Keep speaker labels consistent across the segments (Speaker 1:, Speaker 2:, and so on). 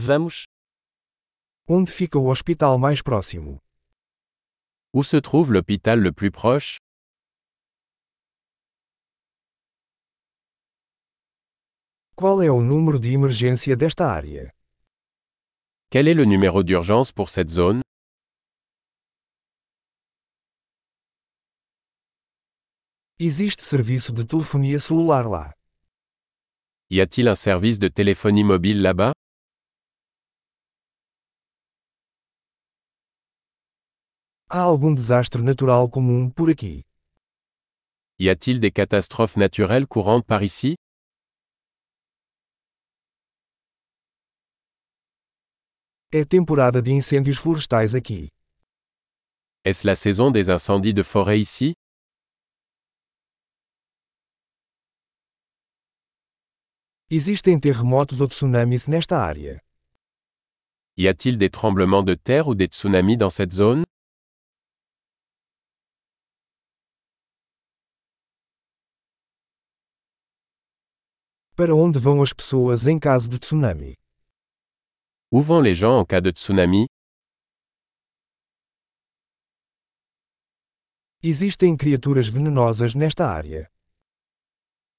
Speaker 1: Vamos.
Speaker 2: Onde fica o hospital mais próximo?
Speaker 1: Où se trouve l'hôpital le plus proche
Speaker 2: Qual é o número de emergência desta área?
Speaker 1: Quel est le numéro d'urgence pour cette zone
Speaker 2: Existe serviço de telefonia celular lá.
Speaker 1: Y a-t-il un service de téléphonie mobile là-bas
Speaker 2: Há algum desastre natural comum por aqui?
Speaker 1: Y a-t-il des catastrophes naturelles courantes par ici
Speaker 2: É temporada de incêndios florestais aqui.
Speaker 1: Est-ce la saison des incendies de forêt ici
Speaker 2: Existem terremotos ou tsunamis nesta área.
Speaker 1: Y a-t-il des tremblements de terre ou des tsunamis dans cette zone
Speaker 2: Para onde vão as pessoas em caso de tsunami?
Speaker 1: Où vont les gens en cas de tsunami
Speaker 2: Existem criaturas venenosas nesta área.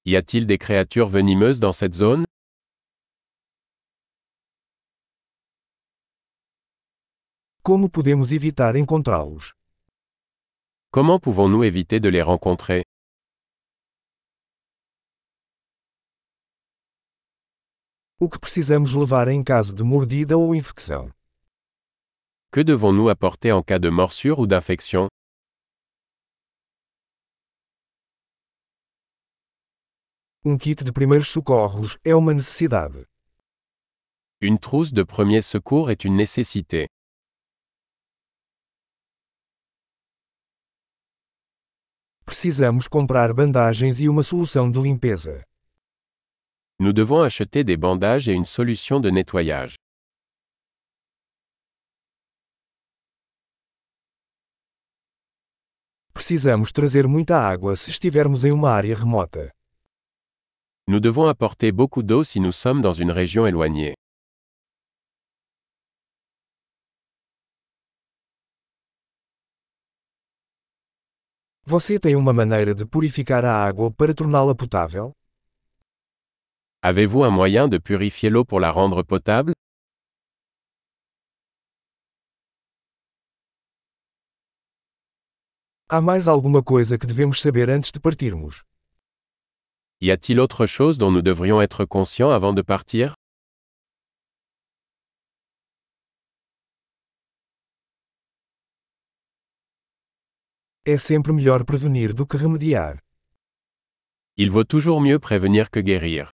Speaker 1: Y a-t-il des créatures venimeuses dans cette zone
Speaker 2: Como podemos evitar encontrá-los?
Speaker 1: Comment pouvons-nous éviter de les rencontrer
Speaker 2: O que precisamos levar em caso de mordida ou infecção?
Speaker 1: Que devons-nous apporter en cas de morsure ou d'infection
Speaker 2: Um kit de primeiros socorros é uma necessidade.
Speaker 1: Une trousse de premier secours est une nécessité.
Speaker 2: Precisamos comprar bandagens e uma solução de limpeza.
Speaker 1: Nous devons acheter des bandages et une solution de nettoyage.
Speaker 2: Precisamos trazer muita água se estivermos em uma área remota.
Speaker 1: Nous devons apporter beaucoup d'eau si nous sommes dans une région éloignée.
Speaker 2: Você tem uma maneira de purificar a água para torná-la potável?
Speaker 1: Avez-vous un moyen de purifier l'eau pour la rendre potable
Speaker 2: Há mais alguma coisa que devemos saber antes de partirmos?
Speaker 1: Y a-t-il autre chose dont nous devrions être conscients avant de partir
Speaker 2: É sempre melhor prevenir do que remediar.
Speaker 1: Il vaut toujours mieux prévenir que guérir.